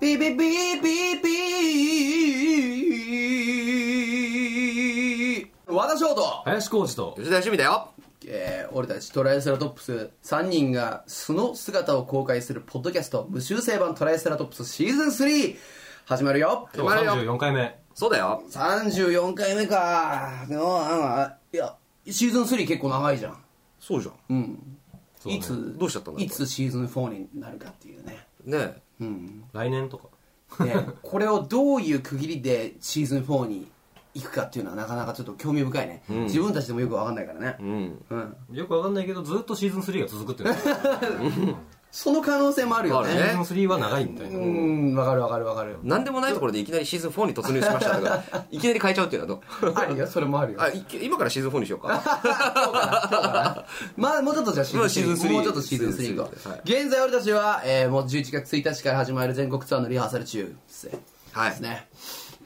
ビビビビビ和田翔と、林浩二と吉田趣味だよえー、俺たちトライセラトップス3人が素の姿を公開するポッドキャスト無修正版トライセラトップスシーズン3始まるよ決まるよ34回目そうだよ34回目かでもなんかいやシーズン3結構長いじゃんそうじゃんうん、そうねいつどうしちゃったんだろういつシーズン4になるかっていうねねえうん来年とかね、これをどういう区切りでシーズン4に行くかっていうのはなかなかちょっと興味深いね、自分たちでもよく分かんないからね、うんうんよくわかんないけどずっとシーズン3が続くっていうのがシその可能性もあるよあるねねーズン3は長いみたいうん分な、かる分かる分かる何でもないところでいきなりシーズン4に突入しましたとかいきなり変えちゃうっていうのはどうあるよそれもあるよあいけ今からシーズン4にしようかまあもうちょっとじゃあシまあシーーズズンン3 3もうちょっとシーズン3行こうはい現在俺たちは、えーもう11月1日から始まる全国ツアーのリハーサル中ですはいですね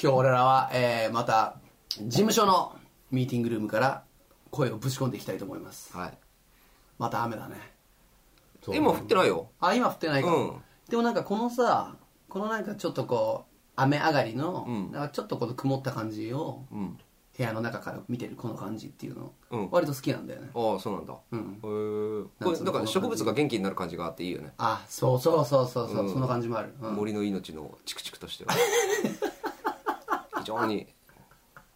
今日俺らは、えーまた事務所のミーティングルームから声をぶち込んでいきたいと思いますはいまた雨だねそう今降ってないよあ今降ってないか、うんでもなんかこのさこのなんかちょっとこう雨上がりの、んなんかちょっとこの曇った感じを、うん部屋の中から見てるこの感じっていうの、うん割と好きなんだよねああそうなんだへうんえこれなんか植物が元気になる感じがあっていいよねあそうそうそうそうそう、うんその感じもある、うん森の命のチクチクとしては非常に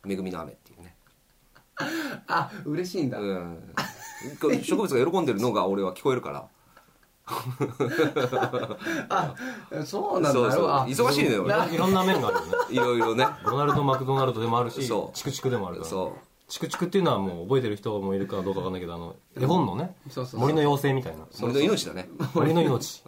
恵みの雨っていうねあ嬉しいんだ、うんこう植物が喜んでるのが俺は聞こえるからあそうなんだそうそうあ忙しいのよいろいろんな面があるよねいろいろねドナルド・マクドナルドでもあるしそうチクチクでもあるからそチクチクっていうのはもう覚えてる人もいるかどうかわかんないけどあの絵本のねそうそうそう森の妖精みたいなう森の命だね森の命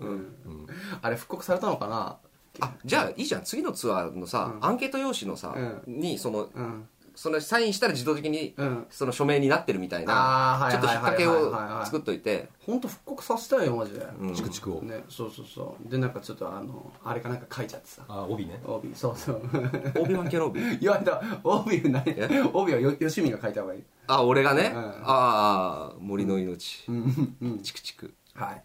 あれ復刻されたのかなあじゃあいいじゃん次のツアーのさ、アンケート用紙のさ、うにその、うんそのサインしたら自動的に、うんその署名になってるみたいあな、ーはいちょっと引っ掛けはいはいはいはいはをい作っと いて、本当復刻させたいよマジで、チクチクを、ねそうそうそうでなんかちょっとあのあれかなんか書いちゃってさあ帯ね帯そうそう帯分けの帯。言われた帯ない帯はよ吉見が書いた方がいいあ、俺がね、んああ、森の命、チクチク。はい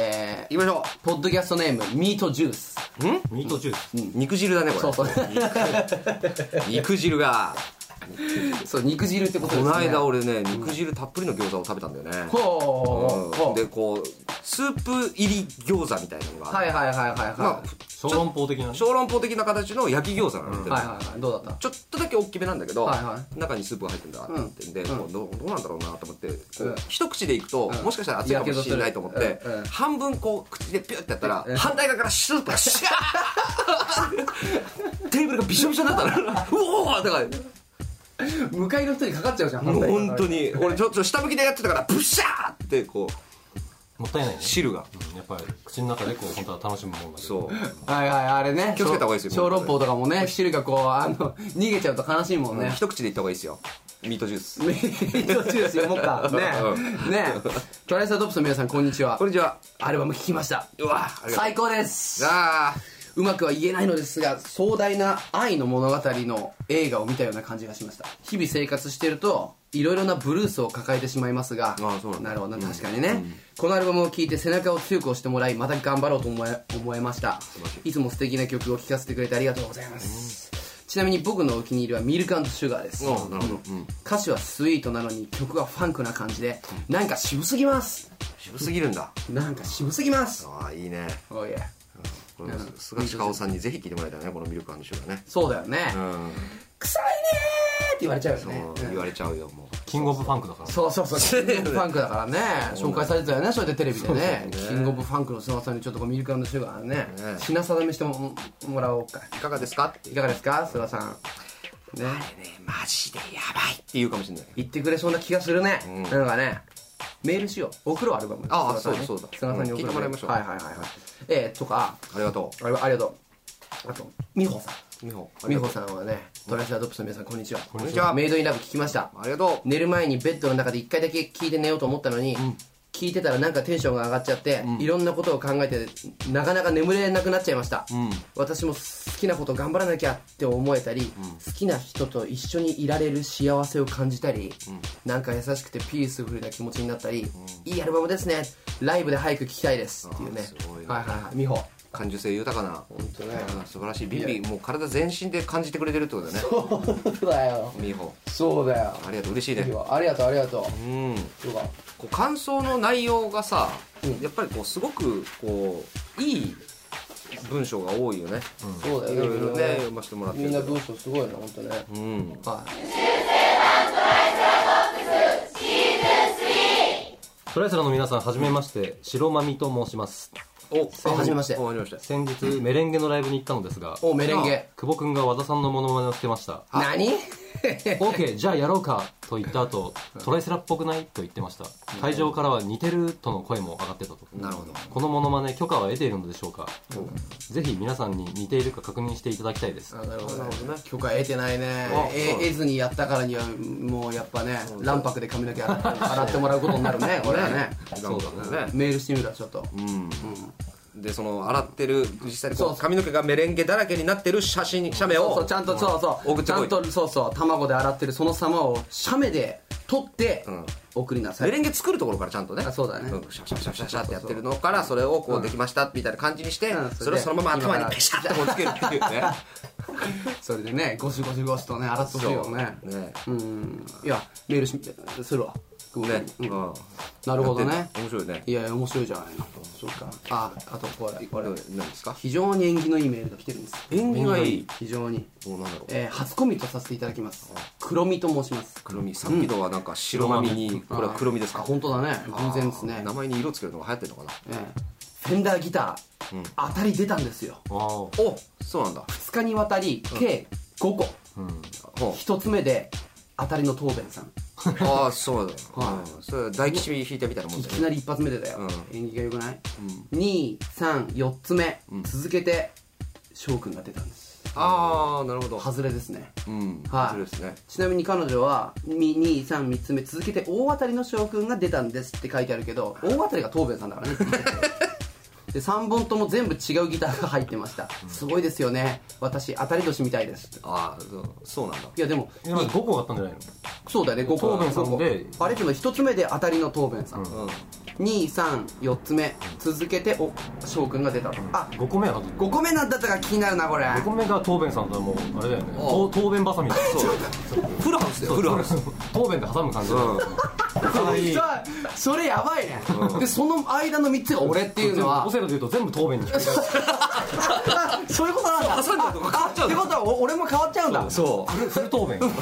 えー、行きましょポッドキャストネームミートジュースう。んミートジュース肉汁だね、これ。そうそう肉汁が。そう肉汁ってことでこすねの間俺ね、肉汁たっぷりの餃子を食べたんだよね。ほううほんうで、こう、スープ入り餃子みたいなのがあって、はいはいはいはいはいまあ、小籠包的な小籠包的な形の焼き餃子なの、はいはいはいどうだったちょっとだけ大きめなんだけど、はいは中にスープが入ってんだって言ってんで、うんこうどうどうなんだろうなと思って、こううん一口でいくと、んもしかしたら熱いかもしれないと思ってやけど、するうんうん半分こう口でピュッてやったら、うん反対側からスー プがシャーテーブルがびしょびしょになった らうおーだから向かいの人にかかっちゃうじゃんもう反対本側当に俺ちょっと下向きでやってたからブシャーってこうもったいないね、汁がうん、やっぱり口の中でこう本当は楽しむもんだけどそうはいはいあれね気をつけた方がいいですよ小籠包とかもね汁がこうあの逃げちゃうと悲しいもんね一口でいった方がいいですよミートジュースミートジュース読もう かねねトライサートップスの皆さんこんにちはこんにちはアルバム聴きましたうわありがとう最高ですあーうまくは言えないのですが壮大な愛の物語の映画を見たような感じがしました日々生活しているといろいろなブルースを抱えてしまいますがああそうなんだるほどな確かにね、このアルバムを聴いて背中を強く押してもらいまた頑張ろうと思え思えましたいつも素敵な曲を聴かせてくれてありがとうございます、ちなみに僕のお気に入りはミルクシュガーです、うんなるほどうん歌詞はスイートなのに曲はファンクな感じでなんか渋すぎます渋すぎるんだなんか渋すぎますああいいねおいえこれも菅氏かおさんにぜひ聞いてもらいたいねこのミルクシュガーねそうだよね、うん臭いねーって言われちゃうよねもう言われちゃうよもキングオブファンクだからそう そうそうキングオブファンクだからね紹介されてたよねそれでテレビでねそうそうキングオブファンクの菅さんにちょっとこうミルクシュガーねね品定めしてももらおうかういかがですかっていかがですか菅さんねねマジでやばいって言うかもしれない言ってくれそうな気がするねんなんかねメールしよう送ろうアルバムああ菅さんにそうだそうだ菅さんに送うん聞いてもらいましょうはいはいはいはいえーとかありがとあれありがとうあと美穂さんう美穂美穂さんはねトライシアドップスの皆さんこんにちはこんにちはメイドインラブ聞きましたありがとう寝る前にベッドの中で一回だけ聞いて寝ようと思ったのに、聞いてたらなんかテンションが上がっちゃって、いろんなことを考えてなかなか眠れなくなっちゃいました、私も好きなこと頑張らなきゃって思えたり、好きな人と一緒にいられる幸せを感じたり、なんか優しくてピースフルな気持ちになったり、いいアルバムですねライブで早く聴きたいですっていうねあーすごいねはいはいはい美穂感受性豊かな本当ねうん素晴らしいビンビンもう体全身で感じてくれてるってことだねそうだよみほそうだよありがとう嬉しいねいいわありがとうありがとうんうよかっこう感想の内容がさ、うんやっぱりこうすごくこういい文章が多いよね、たそうだいろよいろみんねな読ませてもらってみるんけなど文章すごいな本当ねうんはいトライアスラーの皆さんはじめまして白まみと申しますおあはじめまして終わりました先日メレンゲのライブに行ったのですがおメレンゲ久保くんが和田さんのモノマネをしてました何 OK じゃあやろうかと言った後トライセラっぽくないと言ってました会場からは似てるとの声も上がってたとなるほどこのモノマネ許可は得ているのでしょうか、ぜひ皆さんに似ているか確認していただきたいですあなるほどなるほどねね許可得てないねあえそう得ずにやったからにはもうやっぱね卵白で髪の毛洗って洗ってもらうことになる ねこれはねそうだねメールしてみるわちょっとうんでその洗ってる実際にこうそう髪の毛がメレンゲだらけになってる写真写メそうそをうちゃんとそうそ送うってちこゃいんとそうそう卵で洗ってるその様を写メで撮ってん送りなさメいレンゲ作るところからちゃんとねあそうだねんシャシャシャシャシャってやってるのからそれをこうできましたみたいな感じにしてうんそれをそのまま頭にペシャッとこうつけるっていうねそれでねゴシゴシゴシとね洗ってほしいよねねうんいやメールしするわごめんねうんうんなるほどね面白いねいやいや面白いじゃないのそうかああとこれこれうん何ですか非常に縁起のいいメールが来てるんです縁起がいい非常にもうなんだろうえー初コミとさせていただきます黒身と申します黒みさっきのはなんか白まみにこれは黒みですあか本当だね偶然ですね名前に色つけるのが流行ってるのかなええフェンダーギター当たり出たんですよおーおそうなんだ2日にわたり計5個うんほう1つ目で当たりの答弁さんああそうだ、はうんそれ大吉引いたみたいなもんいだきよねなり一発目でだよ、うん演技が良くない、234つ目、続けて翔くんが出たんですああなるほど外れですねうんはいそうですねちなみに彼女は233つ目続けて大当たりの翔くんが出たんですって書いてあるけど大当たりが東弁さんだからねで3本とも全部違うギターが入ってました、すごいですよね私当たり年みたいですってああそうそうなんだいやでもえまず5個あったんじゃないのそうだよね5個東弁さんであれでも1つ目で当たりの東弁さん、うん234つ目続けてお翔くんが出たとあ5個目は5個目なんだったか気になるなこれ5個目が答弁さんとはもうあれだよねお答答弁バサミだそうフルハウスだよフルハウス答弁で挟む感じだうんかなりさあそれやばいね、でその間の3つが俺っていうのはオセロで言うと全部答弁に引っ 掛けあそういうことなんだ挟んじゃうとこ変わっちゃうってことはお俺も変わっちゃうんだそうられるフル答弁フフ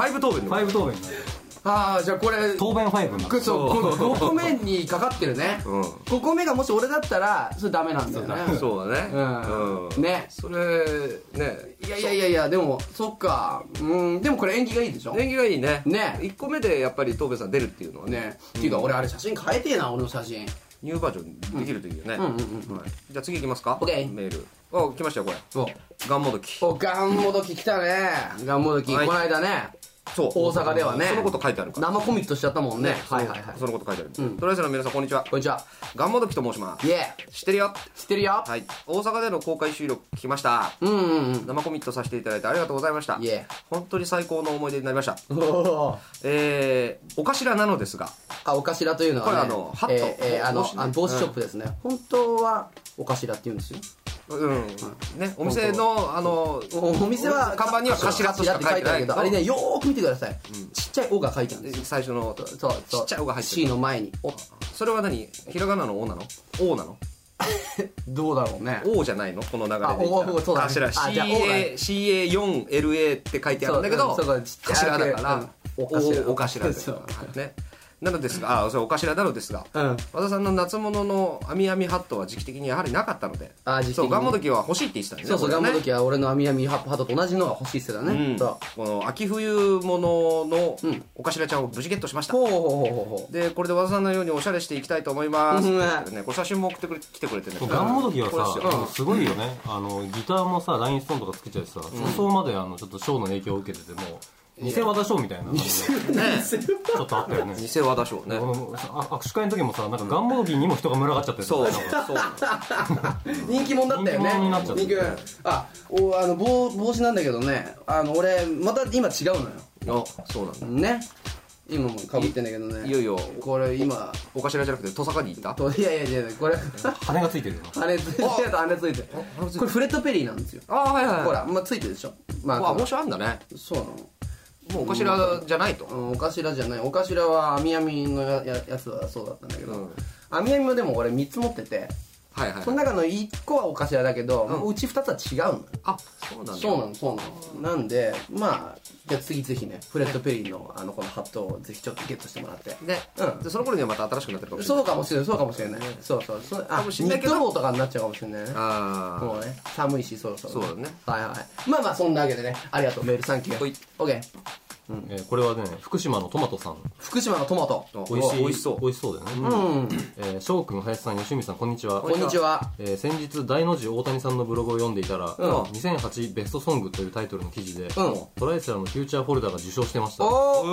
ァイブ答弁のァイブ答弁になるああじゃあこれ答弁ファイブになるそうこの5個目にかかってるね、うん5個目がもし俺だったらそれダメなんだよねそうだねうんねそれねいやいやいやいやでもそっかうんでもこれ縁起がいいでしょね年季がいいねね1個目でやっぱり東部さん出るっていうのはねっていうか俺あれ写真変えてえな俺の写真ニューバージョンできるといいよねはいじゃあ次いきますかオッケーメールあ来ましたよこれそうガンモドキおガンモドキ来たねガンモドキ、はいこの間ねそう大阪ではねそのこと書いてあるから生コミットしちゃったもんねはいはいはいそのこと書いてあるとりあえずの皆さんこんにちはこんにちはガンモドキと申しますイエ知ってるよー知ってるよ、はい大阪での公開収録聞きましたうんうんうん生コミットさせていただいてありがとうございましたいえ本当に最高の思い出になりましたおおえー、お頭なのですがあお頭というのは、ね、これあのハットえーえーあの帽子ねあの帽子ショップですね、本当はお頭って言うんですようんねお店のあのおお店は看板には頭としか書いてないけけどどあれねよーく見てください、ちっちゃい「お」が書いてあるんですよ最初のそうそうちっちゃい「お」が入って C るの前に「おそれは何ひらがなの「お」なの「お」なの」どうだろうね「お」じゃないのこの流れで言あおおそうだね頭あじゃあ CA CA4LA って書いてあるんだけどそううんそうそう頭だからうんおお頭お頭でそうねなのですがあそれお頭なのですがうん和田さんの夏物の網網ハットは時期的にやはりなかったのであ時期的にそうガンモドキは欲しいって言ってたんでそうそう、ガンモドキキは俺のアミアミハッパハトと同じのが欲しいっすよね。うん、そこの秋冬物のお頭ちゃんを無事ゲットしまう。した、ほうほうほうほうほう。でこれで和田さんのようにおしゃれしていきたいと思います、うんね、これ写真も送ってくれ来てくれてねガンモドキはこれですさ、よあのすごいよね、あのギターもさ、ラインストーンとかつけちゃうしさ、服装まであのちょっとショーの影響を受けてて、もう、偽和田ショーみたいな感じで、ちょっとあったよね。偽和田賞ねこのあ握手会の時もさ、なんかガンモドキにも人が群がっちゃってそうなんそかう人気者だったよね。人気者になっちゃった人気者あ、おあの帽帽子なんだけどね、あの俺また今違うのよ。あそうなんだね。今もかぶってんだけどねいよいよこれ今お頭じゃなくて、トサカに行ったといやいやいやこれ羽がついてるよな羽ついてる羽ついてる羽ついてるこれフレッド・ペリーなんですよああ、はいはいはい。ほら、まあ、ついてるでしょまわあ、あ面白いんだね。そうなのもうお頭じゃないと。うんお頭じゃないお頭は網網のやややつはそうだったんだけうんど網網もでも俺3つ持っててはいはいそ。の中の1個はお頭だけど、もううち2つは違うのよあ、そうなんだ。そうなのそうなのなんでまあじゃあ次ぜひねフレッド・ペリーのあのこのハットをぜひちょっとゲットしてもらってでうんでその頃にはまた新しくなってるかもしれそなうかもしれないそうかもしれないそうそうそうあかもしれないけどニット帽とかになっちゃうかもしれないねい。あもうね寒いしそろそろそうだねはいはいまあまあそんなわけでねありがとうメールサンキュほいーオッケーえーこれはね福島のトマトさん福島のトマトあ。美味しい美味しそう。美味しそうだよねうんえー翔くん林さん吉見さんこんにちはこんにちはえー先日大の字大谷さんのブログを読んでいたら、うん2008ベストソングというタイトルの記事で、んトライセラのフューチャーフォルダーが受賞してましたお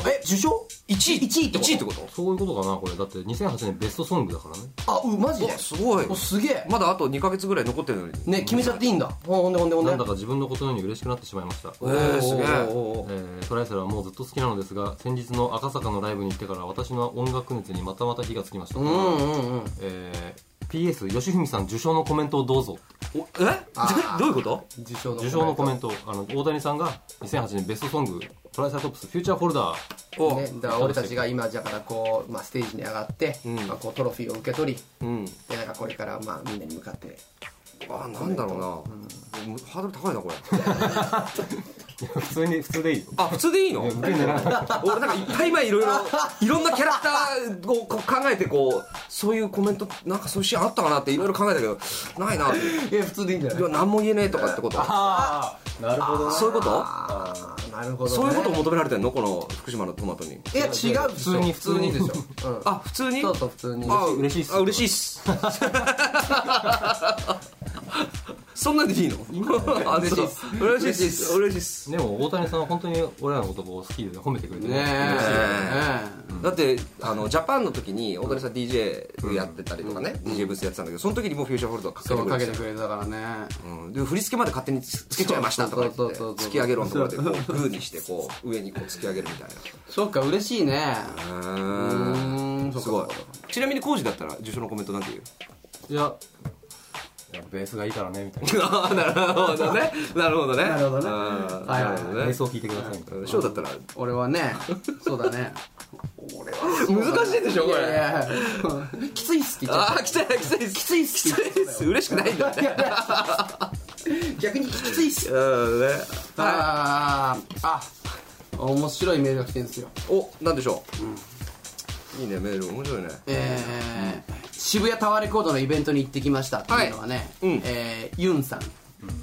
ーえ受賞1位 ?1 位ってこと1位ってことそういうことかなこれだって2008年ベストソングだからねあうマジうでわすごいお。すげえまだあと2ヶ月ぐらい残ってるのに。ね決めちゃっていいんだほんでほんでほんでなんだか自分のことのように嬉しくなってしまいました、えー、すげええ。ートライセラはもうずっと好きなのですが先日の赤坂のライブに行ってから私の音楽熱にまたまた火がつきました、うんうんうんえー PS 吉文さん受賞のコメントをどうぞおえあー どういうこと受賞の受賞のコメントあの大谷さんが2008年ベストソングトライセラトップスフューチャーフォルダーおね、だから俺たちが今だからこう、まあ、ステージに上がって、うんまあ、こうトロフィーを受け取りうん。でなんかこれからまあみんなに向かってあ、なんだろうな。ハードル高いな、これ。 普通に普通でいいよあ、普通でいいの受け狙 わな俺なんかいっぱい今いろいろ、いろんなキャラクターをこう考えてこう、そういうコメント、なんかそういうシーンあったかなっていろいろ考えたけど、ないな。いいや普通でいいんじゃないや、なんも言えねえとかってことああなるほどそういうことああなるほど、ね、そういうことを求められてんのこの福島のトマトに。いや違うでしょ普通に普通にでしょ、うん、あ、普通にそうそう普通にあ、嬉しいっすあ、嬉しいっす。そんなんでいいのあ嬉しいっすそう嬉しいっす。嬉しいっす。でも大谷さんは本当に俺らのことを好きで褒めてくれてねえ嬉しいだってあのジャパンの時に大谷さん DJ やってたりとかね、DJ ブースやってたんだけどその時にもうフューチャーフォルダーかけそうかけてくれてくてれたからねうんで振り付けまで勝手につつけちゃいましたとか言ってそうそうそうそう突き上げろのところでこうグーにしてこう上にこう突き上げるみたいそっか嬉しいねうなーんそっすかごいちなみにコージだったら受賞のコメントなんて言ういやいやベースがいいからねみたいな あーなるほどねなるほどねなるほどねうんはいはいなるほベどねースを聴いてくださいみたいなショーだったら俺はねそうだね難しいでしょいこれやいやきついっすって言っちゃああきついきついっすきついっすきついっす嬉しくないんだねう逆にきついっすうんねあーあ面白いメールが来てるんですよおなんでしょういいねメール面白いねえー渋谷タワーレコードのイベントに行ってきましたっていうのはね、うんえーユンさん、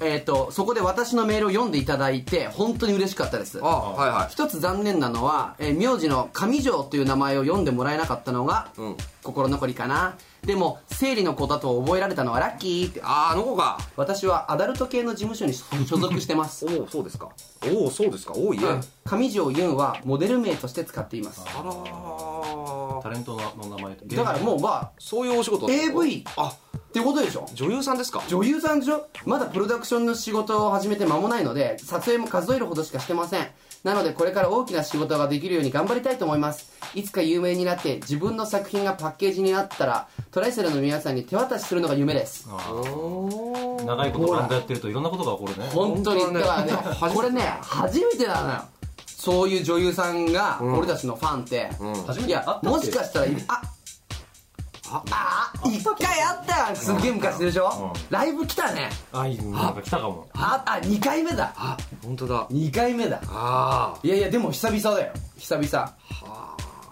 えー、とそこで私のメールを読んでいただいて本当に嬉しかったですあはいはい一つ残念なのは、えー名字の上条という名前を読んでもらえなかったのが、うん心残りかなでも生理の子だと覚えられたのはラッキーってああの子か私はアダルト系の事務所 に所属してます、おおそうですかおおそうですか多いねうん上条ユンはモデル名として使っていますあらータレントの名前だからもうまあそういうお仕事 AV あってことでしょ女優さんですか女優さんでしょまだプロダクションの仕事を始めて間もないので撮影も数えるほどしかしてませんなのでこれから大きな仕事ができるように頑張りたいと思いますいつか有名になって自分の作品がパッケージになったらトライセルの皆さんに手渡しするのが夢です長いことバンドやってるといろんなことが起こるね本当に本当だだかねらねこれね初めてなのよそういう女優さんが俺たちのファンって、初めいて会ったやっけもしかしたらああ一回あったよすっげえ昔でしょ、うんライブ来たねあいいなんか来たかもああ2回目だあ本当だ2回目だあいやいやでも久々だよ久々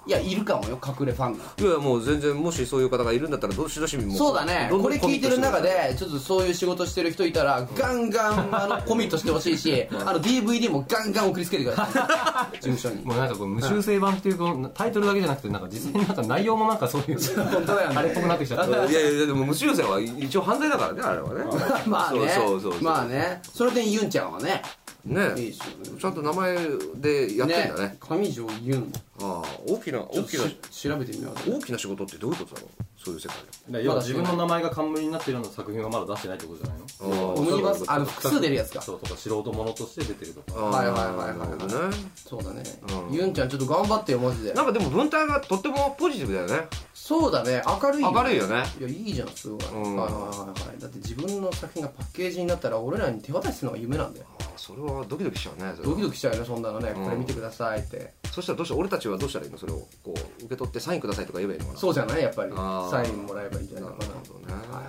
いやいるかもよ隠れファンがあいやもう全然もしそういう方がいるんだったらどしどしもそうだねどんこどんれコ聞ミいッてるトして中でちょっとそういう仕事してる人いたらガンガンあのコミットしてほしいしあの DVD もガンガン送りつけてください事務所にもうなんかこう無修正版っていうこのタイトルだけじゃなくてなんか実際になんか内容もなんか そういう本当だよねあれっぽくなってきちゃったいやいやでも無修正は一応犯罪だからねあれはねまあねそうそうそうそうまあねそれでユンちゃんはねねいいですよねちゃんと名前でやってんだね上条ユンああ大きなちょ大っときなし調べてみよう大きな仕事ってどういうことだろうそういう世界ら要は自分の名前が冠になってるような作品はまだ出してないってことじゃないののオムニバスあのは複数出るやつかそうとか素人ものとして出てるとかはいいははいいははいいはいはい、そうだね、ユンちゃんちょっと頑張ってよマジでなんかでも文体がとってもポジティブだよねそうだね明るいよ明るいよねいやいいじゃんすごい、うんはいはいはいはいだって自分の作品がパッケージになったら俺らに手渡しするのが夢なんだよあーそれはドキドキしちゃうねそれドキドキしちゃうよねそんなのね、うんこれ見てくださいってそしたらどうした俺たちはどうしたらいいのそれをこう受け取ってサインくださいとか言えばいいのかなそうじゃないやっぱりあーサインもらえばいいんじゃないかななるほどねは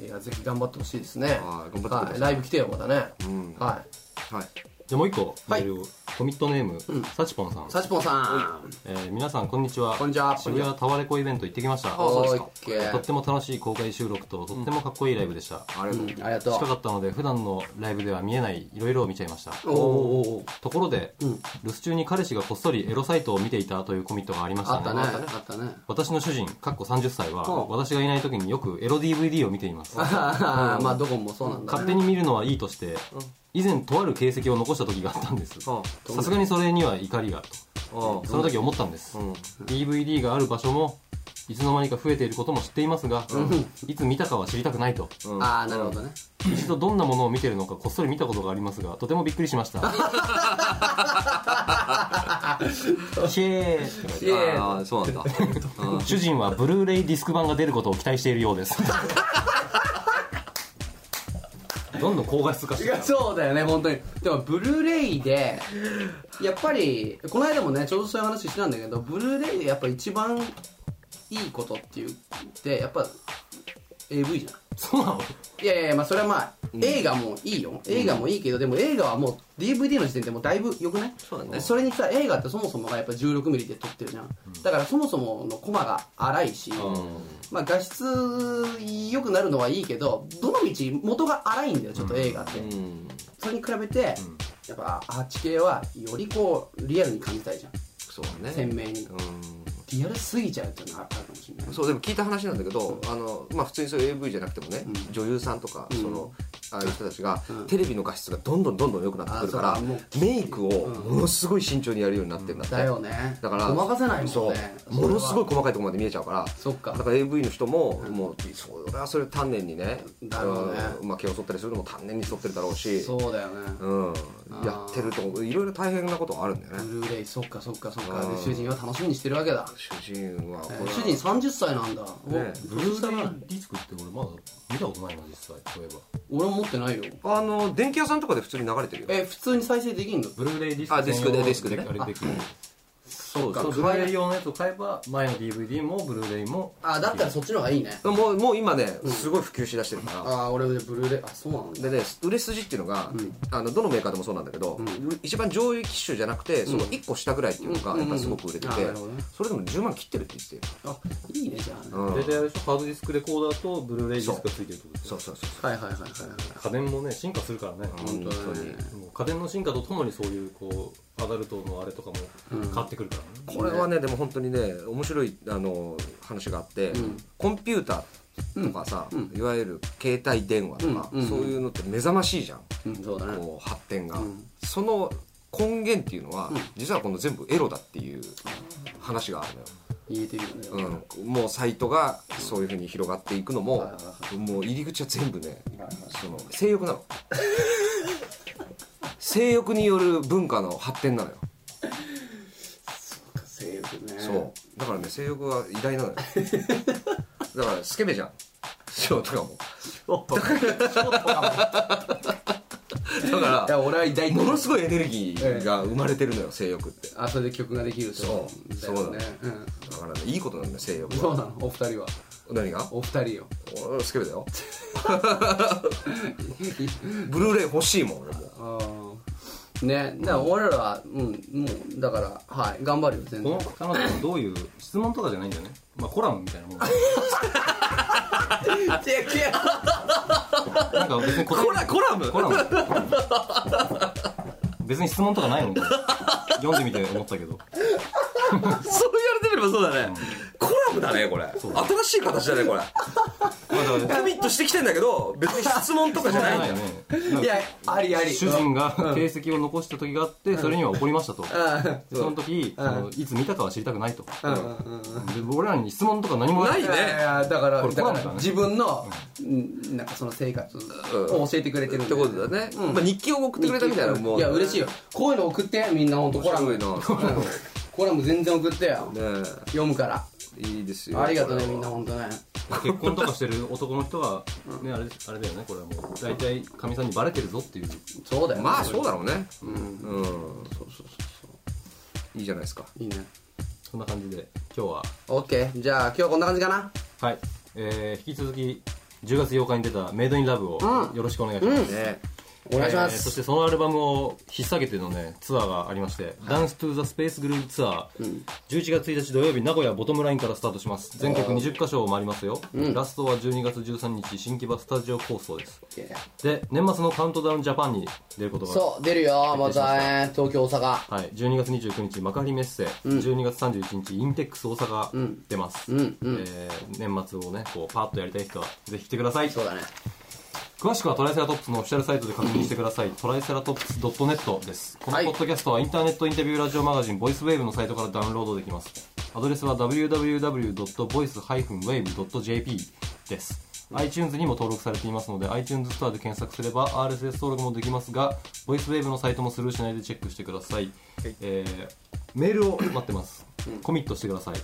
い、いやぜひ頑張ってほしいですねはい頑張ってくださいはいライブ来てよまたね、うんははいじゃあもう一個はいメールをコミットネームサチポンさんサチポンさんえー皆さんこんにちはこんにちは渋谷タワレコイベント行ってきましたおーいっけとっても楽しい公開収録ととってもかっこいいライブでした、ありがとう、ありがと近うかったので普段のライブでは見えないいろいろを見ちゃいましたおおーところで、ん留守中に彼氏がこっそりエロサイトを見ていたというコミットがありましあたっねたねあったね私の主人かっこ30歳はうん私がいない時によくエロ DVD を見ていますあーまあどこもそうなんだ勝手に見るのはいいとして以前とある形跡を残した時があったんですあさすがにそれには怒りがあとその時思ったんです、DVD がある場所もいつの間にか増えていることも知っていますが、いつ見たかは知りたくないとうんああなるほどね一度どんなものを見てるのかこっそり見たことがありますがとてもびっくりしました ひえーいえああそうなんだ主人はブルーレイディスク版が出ることを期待しているようですどんどん高画質化してき たそうだよね本当にでもブルーレイでやっぱりこの間もねちょうどそういう話してたんだけどブルーレイでやっぱ一番いいことっていうってやっぱ AV じゃんそうなのいやいやまあそれはまあ、映画もいいよ映画もいいけど、でも映画はもう DVD の時点でもうだいぶよくないそうだねそれにさ映画ってそもそもがやっぱ 16mm で撮ってるじゃん、だからそもそものコマが荒いし、まあ画質良くなるのはいいけどどの道元が荒いんだよちょっと映画って、うんそれに比べて、やっぱ 8K はよりこうリアルに感じたいじゃんそうだ鮮ね明にうんリアルすぎちゃうっていうのがあるかもしれないそうでも聞いた話なんだけど、あのまあ、普通にそういう AV じゃなくてもね、うん女優さんとか、うんそのああいう人たちが、うんテレビの画質がどんどんどんどん良くなってくるかあらそうもメイクをものすごい慎重にやるようになってるんだって、だよねだからごまかせないもそんうねものすごいく細かいところまで見えちゃうからそっかだから AV の人も、もうそれはそれ丹念にねなるほどねうんまあ、毛を剃ったりするのも丹念に剃ってるだろうしそうだよねうん、やってるといろいろ大変なことがあるんだよね、ブルーレイそっかそっかそっかうでん主人は楽しみにしてるわけだ、主人はこえれーは主人30歳なんだ、おねブルーレイディスクって俺まだ見たことないな実際そういえば俺も持ってないよあの電気屋さんとかで普通に流れてるよえ普通に再生できんのブルーレイディスクあディスクで専用のディスクでねあれできるそそううかそうブルーレイ用のやつを買えば前の DVD もブルーレイもあだったらそっちの方がいいねもうもう今ねすごい普及しだしてるから、ああ俺でブルーレイあそうなんだでね、売れ筋っていうのが、あのどのメーカーでもそうなんだけど、一番上位機種じゃなくてその1個下ぐらいっていうのがやっぱりすごく売れてて、うんうんうんあなるほどねそれでも10万切ってるって言ってあいいねじゃあね、たよ、うん大体あれでしょハードディスクレコーダーとブルーレイディスクがついてるってことですそようそうそうそはいはいはいはいはい家電もね進化するからね、う本当だねもう家電の進化とともにそういうこうアダルトのあれとかも変わってくるからね、うこれはねでも本当にね面白いあの話があって、コンピューターとかさ、いわゆる携帯電話とか、うんうんそういうのって目覚ましいじゃん、うんそうだねこう発展が、んその根源っていうのは、実はこの全部エロだっていう話があるのよ言えてるよね、うん、もうサイトがそういうふうに広がっていくのもはいは、もう入り口は全部ね、その性欲な の性欲による文化の発展なのよ、性欲ねそうだからね性欲は偉大 なのよだからスケベじゃん師匠とかもだかいや俺は偉大らものすごいエネルギーが生まれてるのよ性欲ってあそれで曲ができるってことそうだよねだからねいいことなんだよ性うん、欲 そうはなのお二人は何がお二人よ俺はスケベだ よブルーレイ欲しいもん俺もあーねだから俺らはうんもうだからはい頑張るよ全この然彼女はどういう質問とかじゃないんだよね、まあ、コラムみたいなもんなんか別に答えコラコラムコラム別に質問とかないの読んでみて思ったけどそう言われてみればそうだね。コラムだね、これ。新しい形だね、これ。ままだコミットしてきてんだけど、別に質問とかじゃないんだよ。いや、ありあり。主人が形跡を残した時があって、それには怒りましたと。うん。その時、あのいつ見たかは知りたくないと。うんうんうんうん。で俺らに質問とか何もないねいやいやだからこれだかコアラだらね自分の、うんなんかその生活を教えてくれてるっんてだこよとだね。まあ日記を送ってくれたみたいなもん。いや嬉しいよこういうの送ってみんな本当コ面ラ白ムいな。コラム全然送ってよね読むからえいいですよ。ありがとうねこれみはんな本当ね結婚とかしてる男の人は、ね、あれあれだよねこれはもう大体かみさんにバレてるぞっていうそうだよまあそうだろうね。うん。そうそうそうそう。いいじゃないですか。いいねそんな感じで今日はオッケーじゃあ今日はこんな感じかなはい、えー、引き続き10月8日に出た「メイドインラブをよろしくお願いします、ねお願いしまえーそしすてそのアルバムを引っ提げてのねツアーがありまして「ダンス・トゥ・ザ・スペース・グループツアー」11月1日土曜日名古屋ボトムラインからスタートします全国20カ所を回りますよ、ラストは12月13日新木場スタジオ構想ですオッケーで年末の「カウントダウン・ジャパン」に出ることがそう出るよまたね東京大阪はい、12月29日幕張メッセ、12月31日インテックス大阪出ます、えー年末をねこうパーッとやりたい人はぜひ来てくださいそうだね詳しくはトライセラトップスのオフィシャルサイトで確認してくださいトライセラトップス .net ですこのはいポッドキャストはインターネットインタビューラジオマガジンボイスウェーブのサイトからダウンロードできますアドレスは www.voice-wave.jp です、iTunes にも登録されていますので iTunes ストアで検索すれば RSS 登録もできますがボイスウェーブのサイトもスルーしないでチェックしてください、えーメールを待ってます、コミットしてください、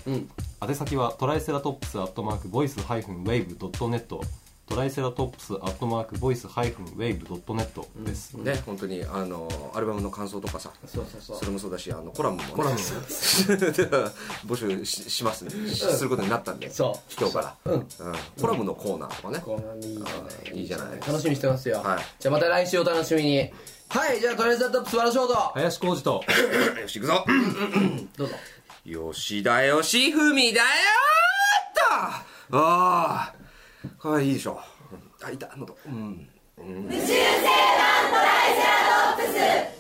宛先はトライセラトップスアットマークボイスハイフンウェーブドットネットトライセラトップスアットマークボイスハイフンウェーブドットネットです、ね本当にあのアルバムの感想とかさ。そうそうそうそれもそうだし、あのコラムも、ね、コラム 募集ししますね、しすることになったんで、そう今日から、うんコラムのコーナーとかね、このいいよねいいじゃないですか楽しみにしてますよ、はいじゃあまた来週お楽しみにはいじゃあとりあえずだった素晴らしいこと林浩二とよし行くぞどうぞ吉田義文だよーっとああこれいいでしょあいた喉うん宇宙セーラートライセラトップス